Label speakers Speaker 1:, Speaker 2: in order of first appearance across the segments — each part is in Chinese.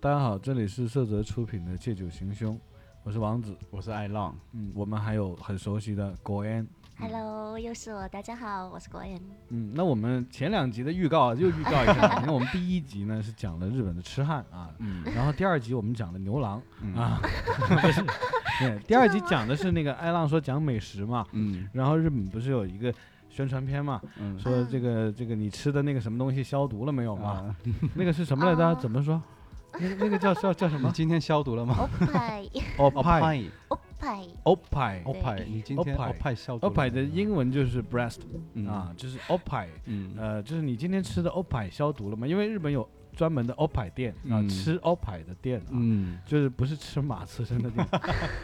Speaker 1: 大家好，这里是色泽出品的《借酒行凶》，我是王子。
Speaker 2: 我是爱浪，
Speaker 1: 嗯，我们还有很熟悉的国安。
Speaker 3: 嗯 Hello，又是我，大家好，我是国 人。
Speaker 1: 嗯，那我们前两集的预告啊，又预告一下，因为我们第一集呢是讲了日本的痴汉啊，
Speaker 2: 嗯
Speaker 1: 然后第二集我们讲了牛郎
Speaker 2: 啊，
Speaker 1: 啊， 不是，对，第二集讲的是那个爱浪说讲美食嘛，
Speaker 2: 嗯
Speaker 1: 然后日本不是有一个宣传片嘛，
Speaker 2: 嗯，
Speaker 1: 说这个这个你吃的那个什么东西消毒了没有嘛？
Speaker 2: 啊，
Speaker 1: 那个是什么来着？
Speaker 3: 啊
Speaker 1: 怎么说？那个那个叫叫叫什
Speaker 2: 你
Speaker 1: 么
Speaker 2: 今天消毒了吗
Speaker 3: 欧 派，
Speaker 1: o
Speaker 2: 哦
Speaker 1: p i
Speaker 2: i
Speaker 3: 欧派，
Speaker 1: o p i
Speaker 3: 对
Speaker 2: o p i 哦你今天
Speaker 1: Oppai
Speaker 2: o p i 消毒
Speaker 1: o
Speaker 2: 了吗
Speaker 1: p i 哦的英文就是 breast
Speaker 2: 嗯
Speaker 1: 啊，就是 o p i
Speaker 2: 嗯
Speaker 1: 呃，就是你今天吃的 o p i 消毒了吗？因为日本有专门的 o p i 店啊，
Speaker 2: 嗯
Speaker 1: 吃 o p i 的店啊。
Speaker 2: 嗯
Speaker 1: 就是不是吃马刺身的 店，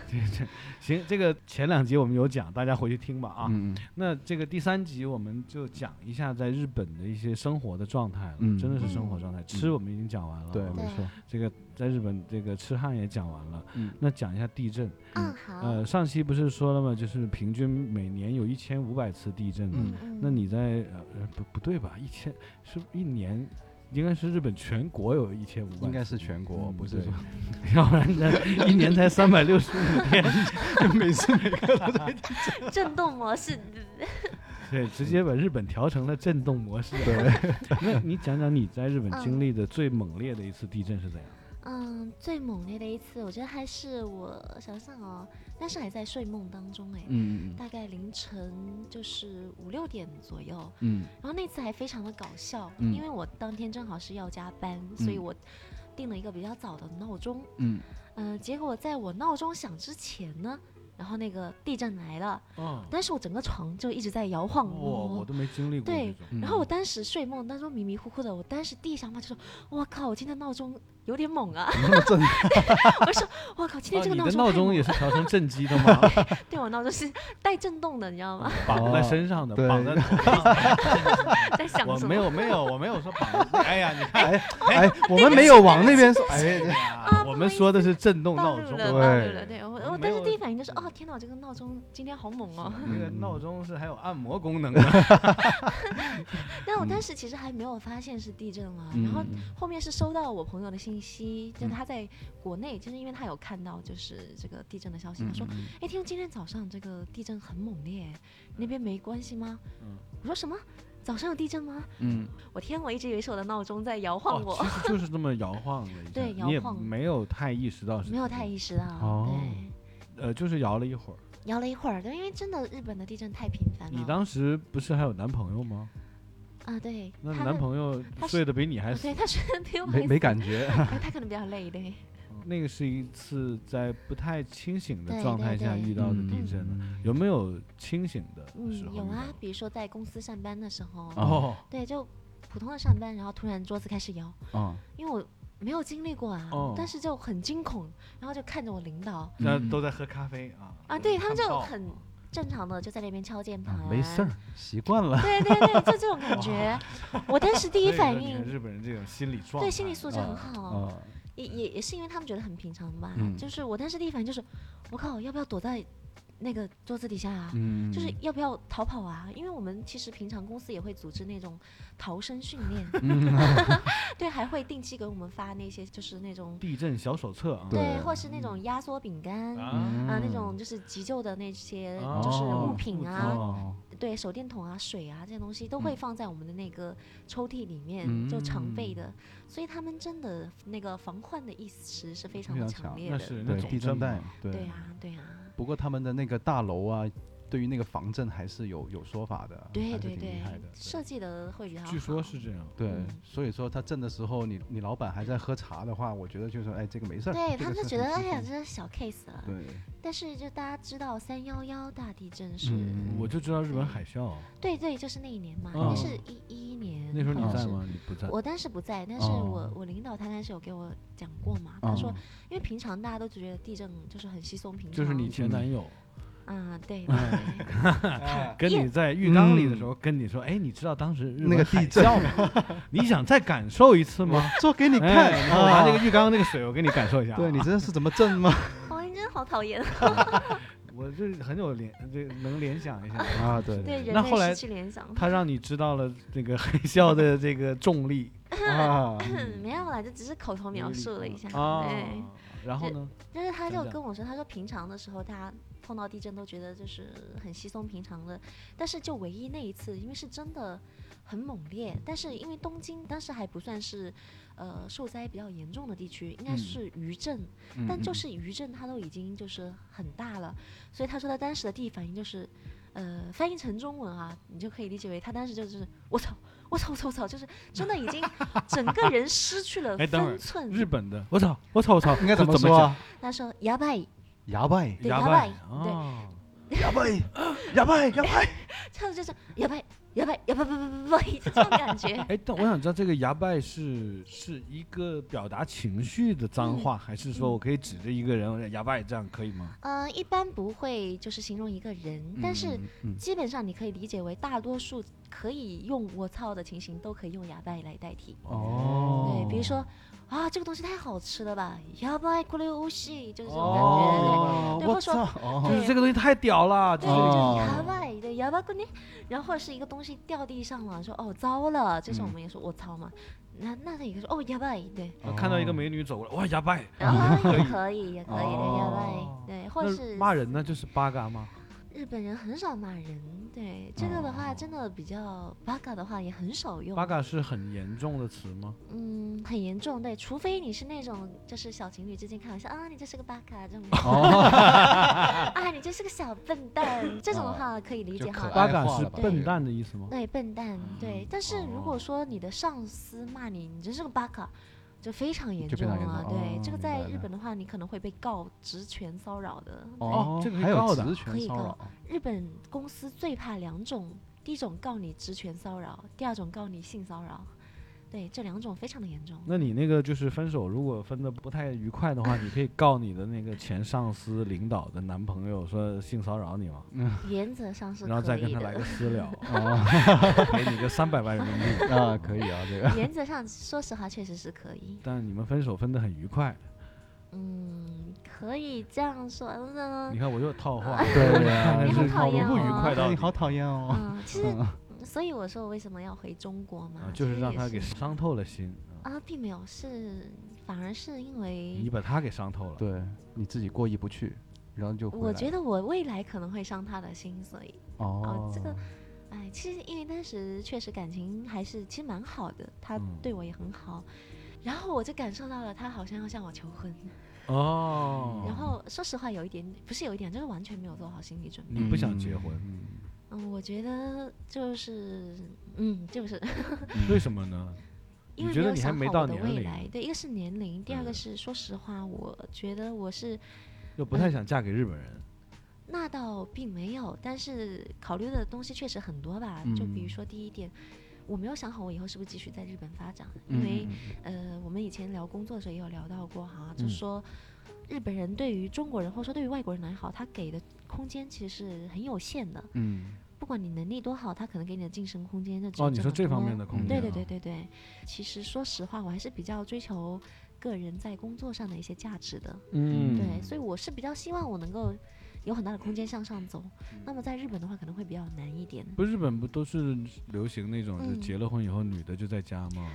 Speaker 1: 这这行，这个前两集我们有讲，大家回去听吧啊。
Speaker 2: 嗯
Speaker 1: 那这个第三集我们就讲一下在日本的一些生活的状态了，
Speaker 2: 嗯
Speaker 1: 真的是生活状态。吃我们已经讲完了，
Speaker 2: 哦对
Speaker 1: 我们
Speaker 2: 没错，
Speaker 1: 这个在日本这个痴汉也讲完了。
Speaker 2: 嗯
Speaker 1: 那讲一下地震，
Speaker 3: 嗯，好，
Speaker 1: 呃，上期不是说了吗？就是平均每年有一千五百次地震吗？
Speaker 2: 嗯
Speaker 3: 嗯
Speaker 1: 那你在呃呃不不对吧？一千是不是一年？应该是日本全国有一千五百，
Speaker 2: 应该是全国，
Speaker 1: 嗯
Speaker 2: 不是
Speaker 1: 对
Speaker 2: 说
Speaker 1: 要不然呢，一年才三百六 十五天，
Speaker 2: 每次每个
Speaker 3: 震动模式，
Speaker 1: 对，直接把日本调成了震动模式。对，那你讲讲你在日本经历的最猛烈的一次地震是怎样？
Speaker 3: 嗯，最猛烈的一次，我觉得还是我想想哦，但是还在睡梦当中哎，
Speaker 2: 嗯
Speaker 3: 大概凌晨就是五六点左右，
Speaker 2: 嗯
Speaker 3: 然后那次还非常的搞笑，
Speaker 2: 嗯
Speaker 3: 因为我当天正好是要加班，
Speaker 1: 嗯
Speaker 3: 所以我定了一个比较早的闹钟，
Speaker 2: 嗯
Speaker 3: 嗯、结果在我闹钟响之前呢。然后那个地震来了，
Speaker 1: 哦，
Speaker 3: 但是我整个床就一直在摇晃。
Speaker 1: 我我都没经历过这
Speaker 3: 哦对
Speaker 1: 种。
Speaker 2: 嗯，
Speaker 3: 然后我当时睡梦当中迷迷糊糊的，我当时第一想法就是，我靠，我今天闹钟有点猛啊！
Speaker 2: 那么正，
Speaker 3: 我说，我靠，今天
Speaker 1: 哦
Speaker 3: 这个
Speaker 1: 你
Speaker 3: 闹
Speaker 1: 的
Speaker 3: 钟、
Speaker 1: 闹钟也是调成震机的吗？
Speaker 3: 对我闹钟是带震动的，你知道吗？
Speaker 1: 绑在身上的，
Speaker 2: 对
Speaker 1: 绑在头 上。
Speaker 3: 在想
Speaker 1: 我
Speaker 3: 什么？
Speaker 1: 没有没有，我没有说绑在。哎呀，你看，
Speaker 2: 哎 哎，我们没有往那边说，哎，
Speaker 3: 啊
Speaker 1: 我们说的是震动
Speaker 3: 暴
Speaker 1: 闹
Speaker 3: 露
Speaker 1: 钟，
Speaker 3: 了，
Speaker 2: 对
Speaker 3: 暴露了。对我，
Speaker 1: 我
Speaker 3: 我
Speaker 1: 没
Speaker 3: 当时
Speaker 1: 有嗯
Speaker 3: 第一反应就是，哦，天哪，我这个闹钟今天好猛哦！
Speaker 1: 那个
Speaker 2: 嗯
Speaker 1: 闹钟是还有按摩功 能的。
Speaker 3: 但我
Speaker 2: 嗯
Speaker 3: 当时其实还没有发现是地震了，然
Speaker 1: 嗯
Speaker 3: 后后面是收到我朋友的信息，就
Speaker 2: 嗯
Speaker 3: 他在国内，就是因为他有看到就是这个地震
Speaker 2: 嗯
Speaker 3: 的消息，他
Speaker 1: 嗯
Speaker 3: 说，哎，听说今天早上这个地震很猛烈，你那边没关系吗？
Speaker 1: 嗯
Speaker 3: 我说什么？早上有地震吗？
Speaker 2: 嗯
Speaker 3: 我天，我一直以为是我的闹钟在摇
Speaker 1: 哦
Speaker 3: 晃我，
Speaker 1: 其实就是这么摇晃了一下，
Speaker 3: 对摇
Speaker 1: 你也
Speaker 3: 晃
Speaker 1: 没有太意识到是。
Speaker 3: 没有太
Speaker 1: 意，
Speaker 3: 意识到，
Speaker 1: 哦呃，就是摇了一会儿。
Speaker 3: 对，摇了一会儿，对，因为真的日本的地震太频繁了。
Speaker 1: 你当时不是还有男朋友吗？
Speaker 3: 啊，对，
Speaker 1: 那
Speaker 3: 他
Speaker 1: 男朋友
Speaker 3: 他是
Speaker 1: 睡得比你还
Speaker 3: 啊
Speaker 1: 死。
Speaker 3: 对，他是比我
Speaker 2: 没
Speaker 3: 还
Speaker 2: 没感觉，
Speaker 3: 哎他可能比较累，对，
Speaker 1: 那个是一次在不太清醒的
Speaker 3: 对
Speaker 1: 状
Speaker 3: 对
Speaker 1: 态下
Speaker 3: 对
Speaker 1: 遇到的地震
Speaker 2: 嗯
Speaker 1: 呢，有没有清醒的时候
Speaker 3: 嗯，
Speaker 1: 遇
Speaker 3: 有啊
Speaker 1: 到，
Speaker 3: 比如说在公司上班的时候，
Speaker 2: 啊
Speaker 1: 哦
Speaker 3: 对，就普通的上班，然后突然桌子开始摇，
Speaker 2: 啊，
Speaker 3: 因为我没有经历过啊，
Speaker 1: 哦
Speaker 3: 但是就很惊恐，然后就看着我领导
Speaker 2: 嗯
Speaker 1: 那都在喝咖啡啊
Speaker 3: 啊，对他们就
Speaker 1: 到
Speaker 3: 很正常的就在那边敲键盘，
Speaker 2: 啊没事儿。，
Speaker 3: 哎
Speaker 2: 习惯了，
Speaker 3: 对对对，就这种感觉。 我当时第一
Speaker 1: 所以
Speaker 3: 反
Speaker 1: 说你看
Speaker 3: 应，
Speaker 1: 日本人这种心理状态，
Speaker 3: 对心理素质很好，
Speaker 2: 啊，
Speaker 3: 也也也是因为他们觉得很平常吧
Speaker 2: 嗯。
Speaker 3: 就是我当时第一反应就是，我靠，要不要躲在那个桌子底下啊？
Speaker 2: 嗯，
Speaker 3: 就是要不要逃跑啊？因为我们其实平常公司也会组织那种逃生训练，
Speaker 2: 嗯
Speaker 3: 对，还会定期给我们发那些就是那种
Speaker 1: 地震小手册啊，
Speaker 2: 对嗯
Speaker 3: 或是那种压缩饼干。
Speaker 1: 啊，
Speaker 3: 啊，那种就是急救的那些
Speaker 1: 哦
Speaker 3: 就是物品啊，
Speaker 2: 哦，
Speaker 3: 对手电筒啊、水啊这些东西都会放在我们的那个抽屉里面，
Speaker 2: 嗯
Speaker 3: 就常备的。所以他们真的那个防患的意识是非常
Speaker 2: 非
Speaker 3: 的
Speaker 2: 常
Speaker 3: 强
Speaker 2: 强
Speaker 3: 烈
Speaker 1: 那
Speaker 3: 的。
Speaker 1: 是那
Speaker 2: 对，嗯
Speaker 1: 种
Speaker 2: 地震带
Speaker 1: 嘛，
Speaker 3: 对啊，对啊，
Speaker 2: 不过他们的那个大楼啊，对于那个防震还是有有说法的，还
Speaker 3: 对
Speaker 2: 是
Speaker 3: 对
Speaker 2: 挺厉
Speaker 3: 对
Speaker 2: 害的，。
Speaker 3: 设计的会比较好。
Speaker 1: 据说是这样，
Speaker 2: 对
Speaker 3: 嗯，
Speaker 2: 所以说他震的时候，你你老板还在喝茶的话，我觉得就是说哎，这个没事儿。
Speaker 3: 对
Speaker 2: 这
Speaker 3: 他
Speaker 2: 个
Speaker 3: 们就是觉得
Speaker 2: 很
Speaker 3: 哎
Speaker 2: 轻
Speaker 3: 呀，这
Speaker 2: 松
Speaker 3: 是小 case 啊。
Speaker 2: 对，
Speaker 3: 但是就大家知道三幺幺大地震是，
Speaker 2: 嗯
Speaker 1: 我就知道日本海啸，
Speaker 3: 对对，就是那一年嘛，
Speaker 1: 哦
Speaker 3: 那是一一年。
Speaker 1: 那时候你
Speaker 2: 啊
Speaker 3: 好像
Speaker 1: 在
Speaker 3: 是？
Speaker 1: 吗？你不在，
Speaker 3: 我当时不在，但是
Speaker 2: 哦
Speaker 3: 我、我领导他当时有给我讲过嘛，他说
Speaker 2: 嗯，
Speaker 3: 因为平常大家都觉得地震就是很稀松平常，
Speaker 1: 就是你嗯前男友。
Speaker 3: 啊，对对对
Speaker 1: 跟你
Speaker 3: 耶
Speaker 1: 在浴缸里的时候跟你说，哎，你知道当时日
Speaker 2: 嗯那
Speaker 1: 本
Speaker 2: 个
Speaker 1: 海
Speaker 2: 地震
Speaker 1: 啸吗？你想再感受一次吗？
Speaker 2: 做给你
Speaker 1: 哎
Speaker 2: 看
Speaker 1: 然后拿
Speaker 2: 啊
Speaker 1: 这个浴缸那个水，我给你感受一下啊。
Speaker 2: 对你这是怎么震吗？
Speaker 3: 哦，你真的好讨厌，
Speaker 1: 我就是很有联，这能联想一下
Speaker 2: 啊对
Speaker 3: 对人
Speaker 1: 那后
Speaker 3: 类
Speaker 1: 来
Speaker 3: 失去联想，
Speaker 1: 他让你知道了这个海啸的这个重力，
Speaker 2: 啊
Speaker 3: 嗯没有啦，就只是口头描述了一下。
Speaker 1: 啊
Speaker 3: 对，，
Speaker 1: 然后呢？
Speaker 3: 但是他
Speaker 1: 讲
Speaker 3: 就
Speaker 1: 讲
Speaker 3: 跟我说，他说平常的时候他碰到地震都觉得就是很稀松平常的，但是就唯一那一次，因为是真的很猛烈，但是因为东京当时还不算是呃受灾比较严重的地区，应该
Speaker 2: 嗯
Speaker 3: 是余震，
Speaker 2: 嗯
Speaker 3: 但就
Speaker 2: 嗯
Speaker 3: 是余震它都已经就是很大了，所以他说他当时的第一反应就是，呃，翻译成中文啊，你就可以理解为他当时就是我操。我操！我操！我操！就是真的 已经整个人失去了
Speaker 1: 哎等会儿
Speaker 3: 分寸。
Speaker 1: 日本的，我操，我操，我操，
Speaker 2: 应该怎
Speaker 1: 么
Speaker 2: 么说
Speaker 1: 讲？
Speaker 2: 啊？
Speaker 3: 他说：“やばい。
Speaker 2: 牙拜，
Speaker 3: 对
Speaker 1: 牙
Speaker 3: 牙
Speaker 1: 拜
Speaker 3: 拜
Speaker 1: 啊，。
Speaker 2: 牙拜，牙拜，牙拜。”
Speaker 3: 唱的就是“やばいやばいやばいやばい”这种感觉
Speaker 1: 哎，但我想知道这个牙拜是是一个表达情绪的
Speaker 3: 嗯
Speaker 1: 脏话，还是说我可以指着一个人哎牙拜这样可以吗？
Speaker 3: 嗯、一般不会就是形容一个人，但是
Speaker 2: 嗯嗯
Speaker 3: 基本上你可以理解为大多数可以用“我操”的情形都可以用“やばい”来代替。
Speaker 2: 哦
Speaker 3: 对，比如说啊，这个东西太好吃了吧，やばいこれ美味しい，就是这种感觉。
Speaker 2: 哦，
Speaker 3: 对对
Speaker 2: 我
Speaker 3: 或者
Speaker 2: 操
Speaker 3: 说，
Speaker 2: 哦
Speaker 1: 就是这个东西太屌了，就
Speaker 3: 对，
Speaker 1: 是
Speaker 3: 对
Speaker 2: 哦
Speaker 3: 就是やばい，对やばくね。然后是一个东西掉地上了，说哦糟了，这时候
Speaker 1: 嗯
Speaker 3: 我们也说我操嘛。那那他也可以说哦やばい，对，
Speaker 1: 我看到一个美女走过来，哇，牙拜。
Speaker 3: 然后也可以也可以的やば
Speaker 1: 哦
Speaker 3: い，对，或
Speaker 1: 那
Speaker 3: 是
Speaker 1: 骂人呢，就是八嘎吗？
Speaker 3: 日本人很少骂人，对这个的话真的比较八嘎的话也很少用
Speaker 1: 八，哦嘎是很严重的词吗？
Speaker 3: 嗯，很严重，对，除非你是那种就是小情侣之间开玩笑啊，你这是个八嘎这种感觉，
Speaker 2: 哦
Speaker 3: 啊，你这是个小笨蛋，这种的话可以理
Speaker 2: 哦就
Speaker 3: 解
Speaker 2: 可
Speaker 3: 哈。
Speaker 1: 八
Speaker 2: 爱嗯
Speaker 1: 嘎
Speaker 2: 化
Speaker 1: 是
Speaker 2: 了吧
Speaker 1: 笨蛋的意思吗？
Speaker 3: 对，笨蛋，对。但是如
Speaker 1: 哦
Speaker 3: 果说你的上司骂你，你真是个八嘎，就非常严
Speaker 2: 就非
Speaker 3: 重
Speaker 2: 常
Speaker 3: 了。
Speaker 2: 严重
Speaker 3: 对，
Speaker 2: 哦
Speaker 3: 这个
Speaker 2: 明
Speaker 3: 在
Speaker 2: 白
Speaker 3: 日
Speaker 2: 了
Speaker 3: 本的话，你可能会被告职权骚扰的。
Speaker 1: 哦这个可以
Speaker 2: 还有
Speaker 1: 告的
Speaker 2: 职
Speaker 3: 可
Speaker 2: 权
Speaker 3: 以
Speaker 2: 骚
Speaker 3: 告
Speaker 2: 扰，
Speaker 3: 日本公司最怕两种，第一种告你职权骚扰，第二种告你性骚扰。对，这两种非常的严重。
Speaker 1: 那你那个就是分手，如果分的不太愉快的话，你可以告你的那个前上司、领导的男朋友说性骚扰你吗？
Speaker 3: 原则上嗯是
Speaker 1: 然后
Speaker 3: 可
Speaker 1: 再跟
Speaker 3: 以
Speaker 1: 他来个
Speaker 3: 的。
Speaker 1: 私 了，
Speaker 2: 哦
Speaker 1: 赔你个三百万人民币。
Speaker 2: 啊，可以啊， 这个
Speaker 3: 原则上，说实话，确实是可以。
Speaker 1: 但你们分手分得很愉快，
Speaker 3: 嗯，可以这样说。嗯啊
Speaker 1: 你，看我又套 话，
Speaker 2: 对呀
Speaker 1: 看
Speaker 3: 你
Speaker 1: 看是
Speaker 3: 好讨
Speaker 1: 我们
Speaker 3: 厌
Speaker 1: 不愉
Speaker 3: 哦
Speaker 1: 快到
Speaker 2: 你
Speaker 1: 底
Speaker 2: 好讨厌哦。
Speaker 3: 嗯， 其实，嗯所以我说我为什么要回中国嘛，
Speaker 1: 啊，就是
Speaker 3: 其实
Speaker 1: 让
Speaker 3: 也
Speaker 1: 他给
Speaker 3: 是
Speaker 1: 伤透了心，啊
Speaker 3: 啊，并没有，是反而是因
Speaker 1: 你
Speaker 3: 为
Speaker 1: 把他给伤透了。
Speaker 2: 对，你自己过意不去，然后就回
Speaker 3: 我
Speaker 2: 来
Speaker 3: 觉得我未来可能会伤他的心，所以，
Speaker 2: 哦
Speaker 3: 哦，这个哎，其实因为当时确实感情还是其实蛮好的，他
Speaker 1: 嗯
Speaker 3: 对我也很好。然后我就感受到了他好像要向我求婚，
Speaker 1: 哦，
Speaker 3: 然后说实话有一点不是有一点，就是完全没有做好心理准备。
Speaker 1: 你不想结婚，
Speaker 2: 嗯
Speaker 3: 嗯，我觉得就是嗯，就是嗯
Speaker 1: 为什么呢？
Speaker 3: 因
Speaker 1: 你
Speaker 3: 为
Speaker 1: 觉得
Speaker 3: 没有
Speaker 1: 你还
Speaker 3: 想
Speaker 1: 没
Speaker 3: 好
Speaker 1: 到
Speaker 3: 我的
Speaker 1: 年
Speaker 3: 未
Speaker 1: 龄嗯
Speaker 3: 来，对，一个是年龄，第二个
Speaker 1: 对
Speaker 3: 是说实话，我觉得我是
Speaker 1: 又不太想嫁给日本人。
Speaker 3: 那倒并没有，但是考虑的东西确实很多吧。就比如
Speaker 2: 嗯
Speaker 3: 说第一点，我没有想好我以后是不是继续在日本发展，
Speaker 2: 嗯
Speaker 3: 因为
Speaker 2: 嗯
Speaker 3: 呃，我们以前聊工作的时候也有聊到过哈，就
Speaker 1: 嗯
Speaker 3: 说日本人对于中国人或者说对于外国人来好，他给的空间其实是很有限的。
Speaker 2: 嗯
Speaker 3: 不管你能力多好，他可能给你的晋升空间就只有
Speaker 1: 哦，你说
Speaker 3: 么
Speaker 1: 这方
Speaker 3: 多
Speaker 1: 面的空
Speaker 2: 嗯
Speaker 1: 间
Speaker 3: 对
Speaker 1: 啊，
Speaker 3: 对对对对，其实说实话，我还是比较追求个人在工作上的一些价值的。
Speaker 1: 嗯，
Speaker 3: 对，所以我是比较希望我能够有很大的空间向上走。
Speaker 1: 嗯
Speaker 3: 那么在日本的话，可能会比较难一点。
Speaker 1: 不，日本不都是流行那种，就
Speaker 3: 嗯
Speaker 1: 结了婚以后女的就在家吗？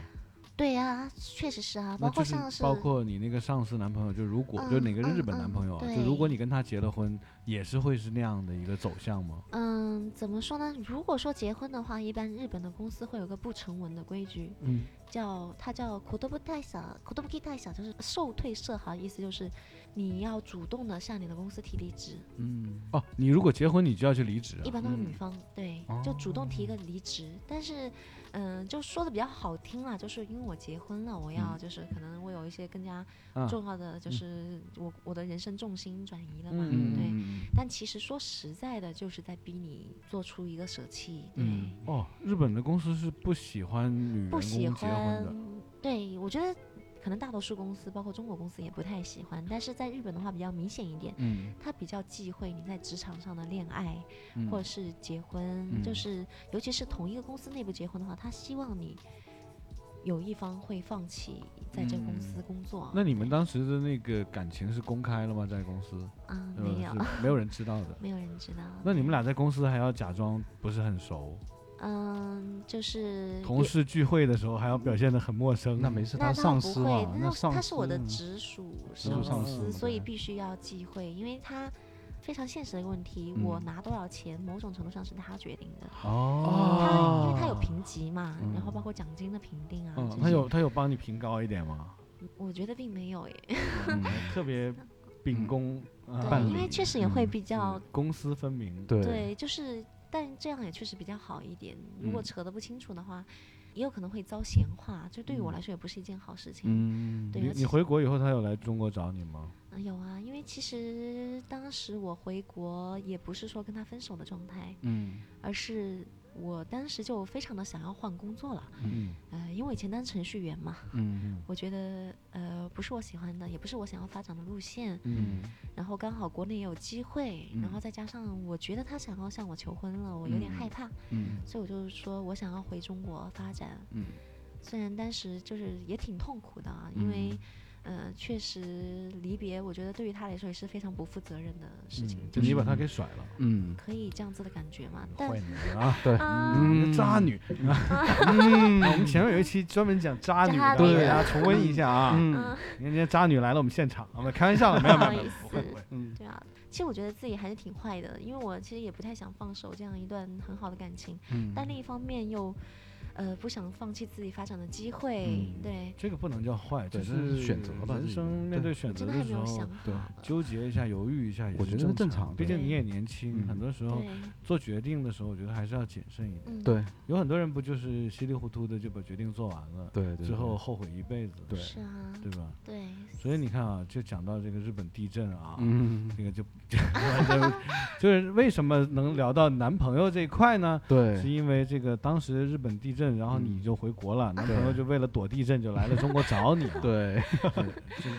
Speaker 3: 对呀、确实是啊，
Speaker 1: 那
Speaker 3: 包
Speaker 1: 就
Speaker 3: 括
Speaker 1: 是
Speaker 3: 像是
Speaker 1: 包括你那个上司男朋友，就如果就
Speaker 3: 嗯
Speaker 1: 哪个日本
Speaker 3: 嗯
Speaker 1: 男
Speaker 3: 嗯
Speaker 1: 朋友啊，就如果
Speaker 3: 对
Speaker 1: 你跟他结了婚，也是会是那样的一个走向吗？
Speaker 3: 嗯，怎么说呢？如果说结婚的话，一般日本的公司会有个不成文的规矩，
Speaker 1: 嗯，
Speaker 3: 叫它叫 kodobu t a i s a k o d o b u t a i s a 就是受退社哈，意思就是你要主动的向你的公司提离职，
Speaker 2: 嗯
Speaker 1: 哦，你如果结婚，你就要去离职啊
Speaker 3: 一般都是女
Speaker 2: 嗯
Speaker 3: 方、对，
Speaker 1: 哦
Speaker 3: 就主动提一个离职。但是，嗯、就说的比较好听啦，就是因为我结婚了，我
Speaker 1: 嗯
Speaker 3: 要就是可能我有一些更加
Speaker 1: 啊
Speaker 3: 重要的，就是我、我的人生重心转移了嘛，
Speaker 1: 嗯
Speaker 3: 对。
Speaker 2: 嗯
Speaker 3: 但其实说实在的，就是在逼你做出一个舍弃，对，
Speaker 2: 嗯
Speaker 1: 哦，日本的公司是不喜欢女员
Speaker 3: 不
Speaker 1: 工
Speaker 3: 喜
Speaker 1: 结
Speaker 3: 欢
Speaker 1: 婚的。。
Speaker 3: 对，我觉得可能大多数公司，包括中国公司也不太喜欢，但是在日本的话比较明显一点。
Speaker 2: 嗯
Speaker 3: 他比较忌讳你在职场上的恋爱，
Speaker 2: 嗯
Speaker 3: 或者是结婚，就
Speaker 2: 嗯
Speaker 3: 是尤其是同一个公司内部结婚的话，他希望你有一方会放弃在这公
Speaker 2: 嗯
Speaker 3: 司工作。
Speaker 1: 那你们当时的那个感情是公开了吗？在公司，
Speaker 3: 啊、
Speaker 1: 呃
Speaker 3: 没有，。
Speaker 1: 是没有人知道的
Speaker 3: 没有人知道。
Speaker 1: 那你们俩在公司还要假装不是很熟，
Speaker 3: 嗯，就是
Speaker 1: 同
Speaker 3: 也
Speaker 1: 事聚会的时候还要表现得很陌生，
Speaker 2: 那没事，
Speaker 3: 那
Speaker 2: 上
Speaker 3: 倒
Speaker 2: 司
Speaker 3: 不会
Speaker 2: 嘛，，
Speaker 3: 那
Speaker 2: 上司
Speaker 3: 他是我的直属
Speaker 2: 直
Speaker 1: 属
Speaker 3: 上
Speaker 1: 上司
Speaker 3: 司，
Speaker 1: 嘛
Speaker 3: 所以
Speaker 2: 对
Speaker 3: 必须要忌讳，因为他非常现实的一个问题，
Speaker 2: 嗯
Speaker 3: 我拿多少钱，某种程度上是他决定的。
Speaker 2: 哦，
Speaker 3: 他因为他有评级嘛，然后
Speaker 2: 嗯
Speaker 3: 包括奖金的评定啊，
Speaker 1: 嗯
Speaker 3: 这，
Speaker 1: 他
Speaker 3: 些
Speaker 1: 有他有帮你评高一点吗？
Speaker 3: 我觉得并没有耶，
Speaker 2: 嗯
Speaker 1: 特别秉公，啊
Speaker 2: 伴
Speaker 3: 对，因为
Speaker 2: 侣
Speaker 3: 确实也会
Speaker 2: 嗯
Speaker 3: 比较、
Speaker 1: 公私分明，
Speaker 2: 对
Speaker 3: 对，就是但这样也确实比较好一点。如
Speaker 2: 嗯
Speaker 3: 果扯得不清楚的话，也有可能会遭闲话，就对于我来说也不是一件好事情。
Speaker 2: 嗯，
Speaker 3: 对
Speaker 1: 你
Speaker 3: 而
Speaker 1: 你
Speaker 3: 且
Speaker 1: 回国以后，他有来中国找你吗？
Speaker 3: 嗯，有啊，因为其实当时我回国也不是说跟他分手的状态，
Speaker 2: 嗯
Speaker 3: 而是我当时就非常的想要换工作了。
Speaker 1: 嗯，
Speaker 3: 呃，因为我以前当程序员嘛，
Speaker 2: 嗯
Speaker 3: 我觉得呃不是我喜欢的，也不是我想要发展的路线。
Speaker 2: 嗯
Speaker 3: 然后刚好国内也有机会，然后
Speaker 2: 嗯
Speaker 3: 再加上我觉得他想要向我求婚了，我有点害
Speaker 2: 嗯
Speaker 3: 怕，
Speaker 2: 嗯
Speaker 3: 所以我就说我想要回中国发展。
Speaker 2: 嗯
Speaker 3: 虽然当时就是也挺痛苦的啊，因为，呃，确实离别，我觉得对于他来说也是非常不负责任的事情，
Speaker 1: 嗯就
Speaker 3: 就
Speaker 1: 是你把他给甩了，
Speaker 2: 嗯，
Speaker 3: 可以这样子的感觉嘛。但
Speaker 1: 坏女人啊，
Speaker 2: 对，
Speaker 3: 啊，
Speaker 1: 你
Speaker 2: 嗯，
Speaker 1: 这渣女。嗯，我们前面有一期专门讲渣女
Speaker 3: 渣
Speaker 1: 的，
Speaker 3: 女
Speaker 1: 给大家重温一下啊。
Speaker 2: 嗯
Speaker 1: 你看人家渣女来了我们现场，啊，不开玩笑的，没有
Speaker 3: 不
Speaker 1: 没
Speaker 3: 好
Speaker 1: 有没有
Speaker 3: 意，
Speaker 1: 不会
Speaker 3: 思
Speaker 1: 不会。
Speaker 2: 嗯
Speaker 3: 对啊，其实我觉得自己还是挺坏的，因为我其实也不太想放手这样一段很好的感情，
Speaker 2: 嗯，
Speaker 3: 但另一方面又，呃，不想放弃自己发展的机会，
Speaker 2: 嗯
Speaker 3: 对，
Speaker 1: 这个不能叫坏，
Speaker 2: 对
Speaker 1: 只
Speaker 2: 这是选择吧
Speaker 1: 人
Speaker 2: 这是
Speaker 1: 生面对选择
Speaker 3: 真的还
Speaker 1: 的
Speaker 3: 没
Speaker 1: 时
Speaker 3: 有
Speaker 1: 候
Speaker 3: 想，法。
Speaker 2: 对
Speaker 1: 纠结一下、犹豫一下也
Speaker 2: 我觉得是
Speaker 1: 正
Speaker 2: 正常的
Speaker 1: 毕竟你
Speaker 3: 对
Speaker 1: 也年轻，
Speaker 2: 嗯
Speaker 1: 很多时候
Speaker 3: 对，
Speaker 1: 做决定的时候，我觉得还是要谨慎一点。
Speaker 3: 嗯，
Speaker 2: 对
Speaker 1: 有很多人不就是稀里糊涂的就把决定做完了，
Speaker 2: 对对，
Speaker 1: 之后后悔一辈子，
Speaker 2: 对
Speaker 3: 是啊，
Speaker 1: 对吧？
Speaker 3: 对，
Speaker 1: 所以你看啊，就讲到这个日本地震啊，
Speaker 2: 嗯
Speaker 1: 这个就 就就是为什么能聊到男朋友这一块呢？是
Speaker 2: 对
Speaker 1: 因为这个当时日本地震，然后你
Speaker 2: 嗯
Speaker 1: 就回国了，男朋友就为了躲地震就来了中国找你、啊。
Speaker 2: 对
Speaker 1: 这个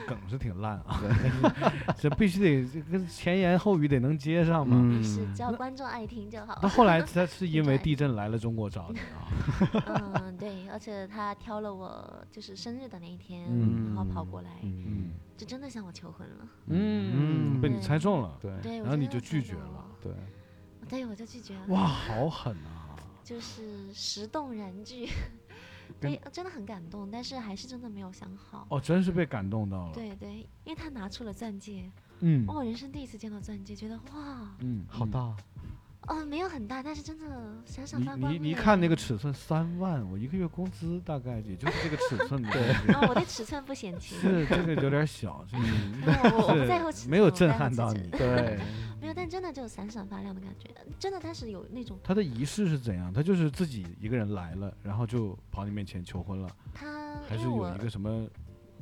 Speaker 1: 梗是挺烂啊，但是 这必须得这跟前言后语得能接上嘛。
Speaker 3: 是
Speaker 2: 嗯
Speaker 3: 只要观众爱听就好
Speaker 1: 那。后来他是因为地震来了中国找你啊，
Speaker 3: 嗯，对，而且他挑了我就是生日的那一天，然后跑过来，
Speaker 2: 嗯
Speaker 3: 就真的向我求婚了。
Speaker 1: 嗯，被你猜中了，
Speaker 2: 对
Speaker 3: 哎对，
Speaker 1: 然
Speaker 3: 我
Speaker 1: 后
Speaker 3: 真
Speaker 1: 你
Speaker 3: 的
Speaker 1: 就
Speaker 3: 猜
Speaker 1: 拒绝
Speaker 3: 到
Speaker 1: 了
Speaker 3: 了，
Speaker 2: 对，
Speaker 3: 对，我就拒绝了。
Speaker 1: 哇，好狠啊！
Speaker 2: 嗯
Speaker 3: 就是石动燃具，
Speaker 1: 跟
Speaker 3: 对，真的很感动，但是还是真的没有想好。
Speaker 1: 哦，真是被感动到了。，
Speaker 3: 对哦对，因为他拿出了钻戒，
Speaker 1: 嗯
Speaker 3: 哇我人生第一次见到钻戒，觉得哇，
Speaker 1: 嗯，
Speaker 2: 好
Speaker 1: 嗯。
Speaker 2: 大，
Speaker 3: 哦，没有很大，但是真的闪闪
Speaker 1: 你
Speaker 3: 发光
Speaker 1: 你
Speaker 3: 耶。
Speaker 1: 你一看那个尺寸，三万，我一个月工资大概也就是这个尺寸的感觉，
Speaker 3: 啊，我对尺寸不 嫌弃，
Speaker 1: 是这个有点小，这 个
Speaker 3: 没有我我不
Speaker 1: 是
Speaker 3: 在乎尺寸，
Speaker 1: 没有
Speaker 3: 我不
Speaker 1: 震
Speaker 3: 在乎
Speaker 1: 撼
Speaker 3: 尺
Speaker 1: 到
Speaker 3: 寸
Speaker 1: 你。
Speaker 2: 对，
Speaker 3: 没有，但真的就闪闪发亮的感觉，真的当时有那种
Speaker 1: 他的仪式是怎样？他就是自己一个人来了，然后就跑你面前求婚了，
Speaker 3: 他，
Speaker 1: 还是
Speaker 3: 因
Speaker 1: 有
Speaker 3: 为我
Speaker 1: 一个什么？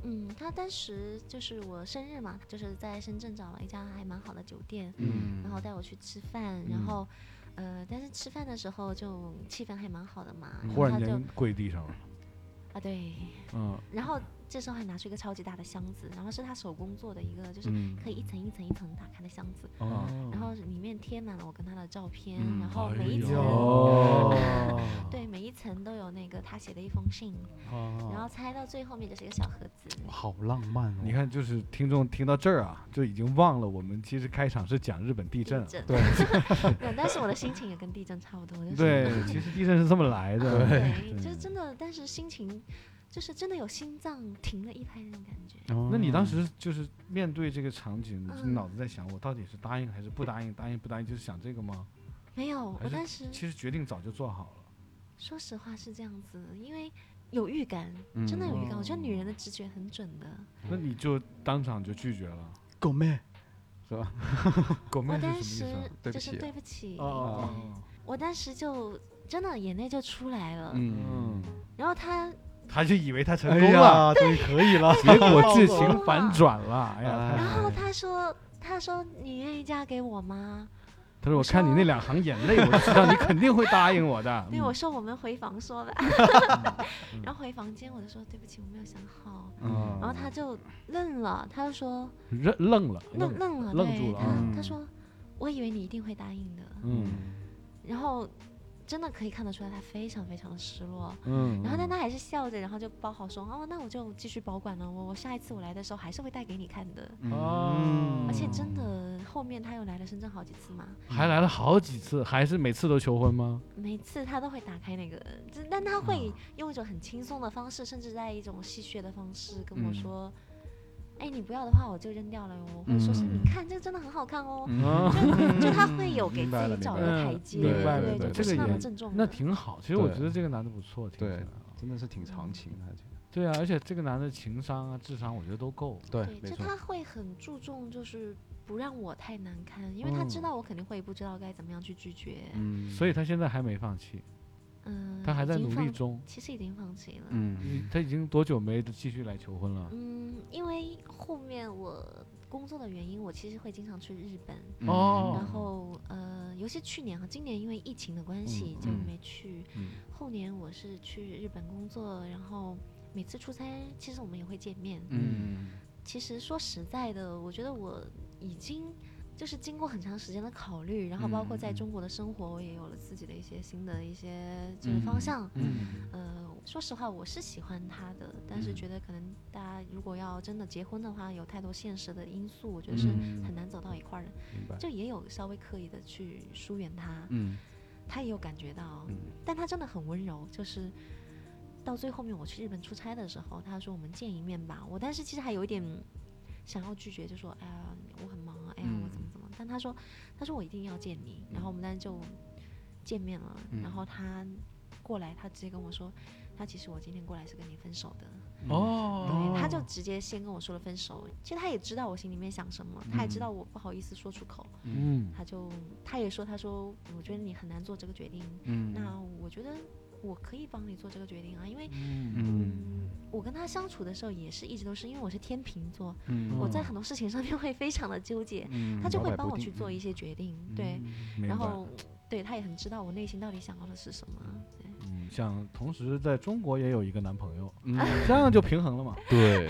Speaker 3: 嗯，他当时就是我生日嘛，就是在深圳找了一家还蛮好的酒店，
Speaker 2: 嗯
Speaker 3: 然后带我去吃饭，
Speaker 1: 嗯
Speaker 3: 然后呃，但是吃饭的时候就气氛还蛮好的嘛，
Speaker 1: 忽
Speaker 3: 嗯后他
Speaker 1: 然
Speaker 3: 就
Speaker 1: 间跪地上了，
Speaker 3: 啊对，
Speaker 1: 嗯，
Speaker 3: 然后这时候还拿出一个超级大的箱子，然后是他手工做的一个，就是
Speaker 2: 嗯
Speaker 3: 可以一层一层一层打开的箱子，
Speaker 1: 哦
Speaker 3: 然后里面贴满了我跟他的照片，
Speaker 2: 嗯
Speaker 3: 然后
Speaker 1: 哎
Speaker 3: 每一层。
Speaker 1: 呦
Speaker 3: 对，每一层都有那个他写的一封信，然
Speaker 1: 嗯
Speaker 3: 后拆到最后面就是一个小盒子。
Speaker 2: 好浪漫哦，
Speaker 1: 你看，就是听众听到这儿啊，就已经忘了我们其实开场是讲日本地震了。
Speaker 3: 震，
Speaker 2: 对
Speaker 3: 没有，但是我的心情也跟地震差不多，就是
Speaker 1: 对，其实地震是这么来的。
Speaker 3: 对，就
Speaker 1: 对
Speaker 3: 是真的，但是心情就是真的有心脏停了一拍那种感觉。
Speaker 1: 那你当
Speaker 2: 哦
Speaker 1: 时就是面对这个场景，你
Speaker 3: 嗯
Speaker 1: 脑子在想，我到底是答应还是不答应？答应不答应，就是想这个吗？
Speaker 3: 没有，
Speaker 1: 还
Speaker 3: 我
Speaker 1: 是
Speaker 3: 当时
Speaker 1: 其实决定早就做好了。
Speaker 3: 说实话是这样子，因为有预感，
Speaker 1: 嗯
Speaker 3: 真的有预感。我觉得女
Speaker 1: 哦
Speaker 3: 人的直觉很准的。
Speaker 1: 那你就当场就拒绝了。
Speaker 2: 狗妹是吧？
Speaker 1: 狗妹
Speaker 3: 我当
Speaker 1: 是什么意
Speaker 3: 时
Speaker 1: 思
Speaker 2: 对不
Speaker 3: 就
Speaker 2: 起
Speaker 3: 是对不
Speaker 1: 啊？
Speaker 3: 起，
Speaker 1: 哦
Speaker 3: 对我当时就真的眼泪就出来了。
Speaker 1: 嗯，
Speaker 3: 然后他
Speaker 1: 他就以为他成
Speaker 2: 哎
Speaker 1: 功了，
Speaker 2: 呀，终于可以了，
Speaker 1: 结果剧
Speaker 3: 成功
Speaker 1: 情
Speaker 3: 了
Speaker 1: 反转了。哎呀，
Speaker 3: 然
Speaker 1: 他
Speaker 3: 后他说：“他说你愿意嫁给我吗
Speaker 1: 他说我看你那两行眼泪，我就知道你肯定会答应我的？”。
Speaker 3: 对，
Speaker 1: 嗯
Speaker 3: 我说我们回房说吧。 然后回房间，我就说对不起，我没有想好。
Speaker 2: 嗯
Speaker 3: 然后他就愣了，他就说
Speaker 1: 愣嗯愣了，
Speaker 3: 愣愣了，
Speaker 1: 愣
Speaker 3: 对
Speaker 1: 住了啊
Speaker 3: 他
Speaker 2: 嗯
Speaker 3: 他说我以为你一定会答应的，
Speaker 1: 嗯，
Speaker 3: 然后真的可以看得出来他非常非常的失落。
Speaker 1: 嗯，
Speaker 3: 然后但
Speaker 1: 嗯
Speaker 3: 他还是笑着，然后就包好说哦，那我就继续保管了，我我下一次我来的时候还是会带给你看的。
Speaker 2: 嗯
Speaker 1: 哦
Speaker 3: 而且真的后面他又来了深圳好几次嘛，
Speaker 1: 嗯还来了好几次，还是每次都求婚吗？
Speaker 3: 每次他都会打开那个，就但他会用一种很轻松的方式，甚至在一种戏谑的方式跟我
Speaker 2: 嗯
Speaker 3: 说：“哎，你不要的话我就扔掉了哟。”或者说是
Speaker 2: 嗯
Speaker 3: 你看这个真的很好看哦，
Speaker 1: 啊
Speaker 3: 就就他会有给
Speaker 2: 明
Speaker 3: 自
Speaker 2: 白了
Speaker 3: 己
Speaker 2: 明
Speaker 3: 找
Speaker 2: 白
Speaker 3: 一
Speaker 1: 了
Speaker 3: 个台
Speaker 1: 嗯
Speaker 3: 阶，
Speaker 1: 明
Speaker 2: 白了
Speaker 3: 对
Speaker 2: 对
Speaker 3: 就不
Speaker 1: 这
Speaker 3: 是
Speaker 1: 个
Speaker 3: 那么
Speaker 1: 也
Speaker 3: 郑重
Speaker 1: 那
Speaker 3: 的。
Speaker 1: 挺好，其实我
Speaker 2: 对
Speaker 1: 觉得这个男的不错，听起
Speaker 2: 对
Speaker 1: 来啊
Speaker 2: 真的是挺长情的，
Speaker 1: 对啊，而且这个男的情商啊、智商，我觉得都够。
Speaker 2: 对
Speaker 3: 对，
Speaker 2: 没
Speaker 3: 就
Speaker 2: 错，
Speaker 3: 他会很注重，就是不让我太难堪，因为他知
Speaker 1: 嗯
Speaker 3: 道我肯定会不知道该怎么样去拒绝。
Speaker 2: 嗯，
Speaker 1: 所以他现在还没放弃，
Speaker 3: 嗯，
Speaker 1: 他还
Speaker 3: 已
Speaker 1: 在
Speaker 3: 经
Speaker 1: 努力
Speaker 3: 放，
Speaker 1: 中。
Speaker 3: 其实已经放弃了。
Speaker 1: 你
Speaker 2: 嗯，
Speaker 1: 他已经多久没继续来求婚了？
Speaker 3: 嗯，因为后面我工作的原因，我其实会经常去日本，
Speaker 2: 嗯
Speaker 1: 哦
Speaker 3: 然后呃，尤其去年和今年因为疫情的关系就
Speaker 2: 嗯
Speaker 3: 没去。
Speaker 2: 嗯
Speaker 3: 后年我是去日本工作，然后每次出差，其实我们也会见面。
Speaker 2: 嗯
Speaker 3: 其实说实在的，我觉得我已经就是经过很长时间的考虑，然后包括
Speaker 2: 嗯
Speaker 3: 在
Speaker 2: 嗯
Speaker 3: 中国的生活，我也有了自己的一些新的一些就是方向。
Speaker 2: 嗯
Speaker 3: 呃，说实话，我是喜欢他的，但是
Speaker 2: 嗯
Speaker 3: 觉得可能大家如果要真的结婚的话，有太多现实的因素，我觉得是
Speaker 2: 嗯
Speaker 3: 很难走到一块儿的。
Speaker 2: 明白，
Speaker 3: 就也有稍微刻意的去疏远他，
Speaker 2: 嗯
Speaker 3: 他也有感觉到，
Speaker 2: 嗯
Speaker 3: 但他真的很温柔，就是。到最后面，我去日本出差的时候，他说我们见一面吧。我当时其实还有一点想要拒绝，就说哎呀我很忙啊，哎呀我怎么怎么。但他说他说我一定要见你，然后我们当时就见面了。然后他过来，他直接跟我说，他其实我今天过来是跟你分手的。
Speaker 1: 哦
Speaker 3: 对，他就直接先跟我说了分手。其实他也知道我心里面想什么，他也知道我不好意思说出口，
Speaker 1: 嗯
Speaker 3: 他就他也说，他说我觉得你很难做这个决定，
Speaker 2: 嗯
Speaker 3: 那我觉得我可以帮你做这个决定啊，因为
Speaker 1: 嗯
Speaker 2: 嗯
Speaker 3: 我跟他相处的时候也是一直都是，因为我是天秤座，
Speaker 2: 嗯
Speaker 3: 我在很多事情上面会非常的纠结，
Speaker 2: 嗯
Speaker 3: 他就
Speaker 2: 摇
Speaker 3: 会
Speaker 2: 摆
Speaker 3: 帮
Speaker 2: 不
Speaker 3: 我
Speaker 2: 定
Speaker 3: 去做一些决定，对，
Speaker 1: 明
Speaker 3: 然
Speaker 1: 白
Speaker 3: 后对他也很知道我内心到底想要的是什么，对。
Speaker 1: 嗯，想同时在中国也有一个男朋友，
Speaker 2: 嗯
Speaker 1: 这样就平衡了 嘛。
Speaker 2: 对，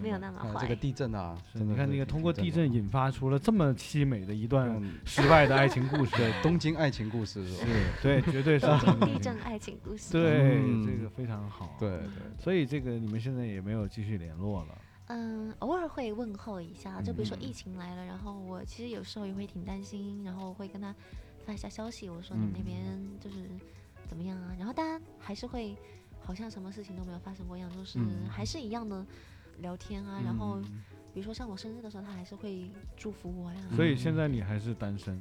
Speaker 3: 没有那么
Speaker 2: 啊
Speaker 3: 坏，
Speaker 2: 这个地震啊，
Speaker 1: 哎是
Speaker 2: 真的
Speaker 1: 你看
Speaker 2: 是
Speaker 1: 那个
Speaker 2: 挺
Speaker 1: 通过
Speaker 2: 震
Speaker 1: 地
Speaker 2: 的
Speaker 1: 震引发出了这么凄美的一段
Speaker 2: 嗯
Speaker 1: 失败的爱情故事，
Speaker 2: 对东京爱情故事是吧？
Speaker 1: 对，绝 对是真的
Speaker 3: 地震爱情故事。
Speaker 1: 对，
Speaker 2: 嗯
Speaker 1: 这个非常好。，
Speaker 2: 对对，
Speaker 1: 所以这个你们现在也没有继续联络了。
Speaker 3: 嗯，偶尔会问候一下，就比如说
Speaker 2: 嗯
Speaker 3: 疫情来了，然后我其实有时候也会挺担心，然后我会跟他发一下消息，我说你们那
Speaker 2: 嗯
Speaker 3: 边就是怎么样啊？然后大家还是会好像什么事情都没有发生过一样，就是
Speaker 2: 嗯
Speaker 3: 还是一样的聊天啊。然后
Speaker 2: 嗯
Speaker 3: 比如说像我生日的时候，他还是会祝福我呀。
Speaker 1: 所以
Speaker 2: 嗯
Speaker 1: 现在你还是单身，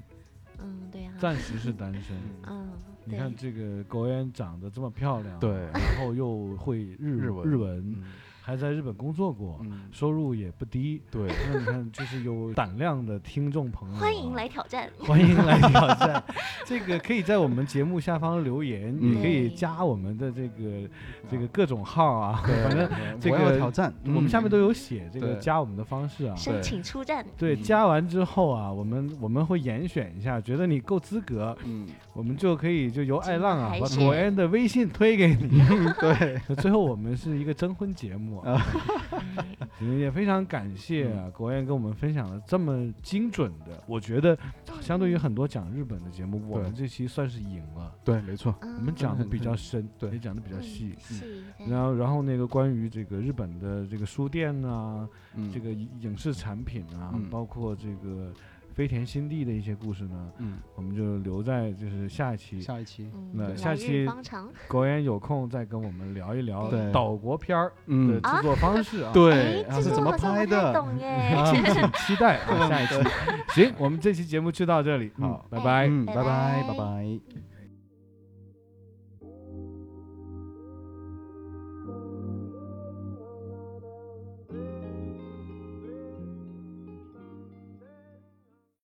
Speaker 3: 嗯，对呀、
Speaker 1: 暂时是单身。
Speaker 3: 嗯，
Speaker 1: 你
Speaker 3: 对，
Speaker 1: 看这个狗眼长得这么漂亮，，
Speaker 2: 对，
Speaker 1: 然后又会日
Speaker 2: 日文
Speaker 1: 日文，
Speaker 2: 嗯
Speaker 1: 还在日本工作过，
Speaker 2: 嗯，
Speaker 1: 收入也不低。
Speaker 2: 对，
Speaker 1: 那你看，就是有胆量的听众朋友啊，
Speaker 3: 欢迎来挑战。
Speaker 1: 欢迎来挑战。这个可以在我们节目下方留言，
Speaker 2: 嗯
Speaker 1: 也可以加我们的这个这个
Speaker 2: 啊
Speaker 1: 各种号啊，反正这
Speaker 2: 我要
Speaker 1: 个
Speaker 2: 挑战，
Speaker 1: 我们下面
Speaker 2: 嗯
Speaker 1: 都有写这个
Speaker 2: 对
Speaker 1: 加我们的方式啊。
Speaker 3: 申
Speaker 2: 对
Speaker 3: 请 出战，
Speaker 1: 对，
Speaker 2: 嗯
Speaker 1: 加完之后啊，我们我们会严选一下，觉得你够资格，
Speaker 2: 嗯，
Speaker 1: 我们就可以就由爱浪啊
Speaker 3: 还
Speaker 1: 把
Speaker 3: 是
Speaker 1: 果恩的微信推给你。
Speaker 2: 嗯对，
Speaker 1: 最后我们是一个征婚节目啊，
Speaker 3: 哎
Speaker 1: 嗯也非常感谢啊，国燕跟我们分享了这么精准的，我觉得相对于很多讲日本的节目，我
Speaker 2: 对
Speaker 1: 们这期算是赢了。
Speaker 2: 对，没错，
Speaker 3: 嗯，
Speaker 1: 我们讲的比较深，
Speaker 2: 对
Speaker 1: 也讲的比较
Speaker 3: 嗯
Speaker 1: 细。
Speaker 3: 细，对
Speaker 1: 然后，然后那个关于这个日本的这个书店啊，
Speaker 2: 嗯
Speaker 1: 这，个影影视产品啊，
Speaker 2: 嗯
Speaker 1: 包括这个飞田新地的一些故事呢，
Speaker 2: 嗯，
Speaker 1: 我们就留在就是下一期。
Speaker 2: 下一期，
Speaker 3: 嗯
Speaker 1: 那
Speaker 3: 来
Speaker 1: 下
Speaker 3: 日
Speaker 1: 期
Speaker 3: 方长。
Speaker 1: 国彦有空再跟我们聊一聊
Speaker 2: 对
Speaker 1: 岛国片儿的
Speaker 2: 嗯，
Speaker 1: 制作方式啊。
Speaker 2: 对，
Speaker 3: 哎，
Speaker 2: 啊
Speaker 3: 这
Speaker 2: 是
Speaker 3: 个
Speaker 2: 怎么
Speaker 3: 我好像
Speaker 2: 拍
Speaker 3: 不太
Speaker 2: 的？
Speaker 3: 懂耶。
Speaker 1: 啊，请期 待啊，下一期。行，我们这期节目就到这里，嗯
Speaker 2: 好
Speaker 1: 拜拜。
Speaker 2: 嗯，拜
Speaker 3: 拜
Speaker 2: 拜，
Speaker 3: 拜
Speaker 2: 拜拜。
Speaker 1: 嗯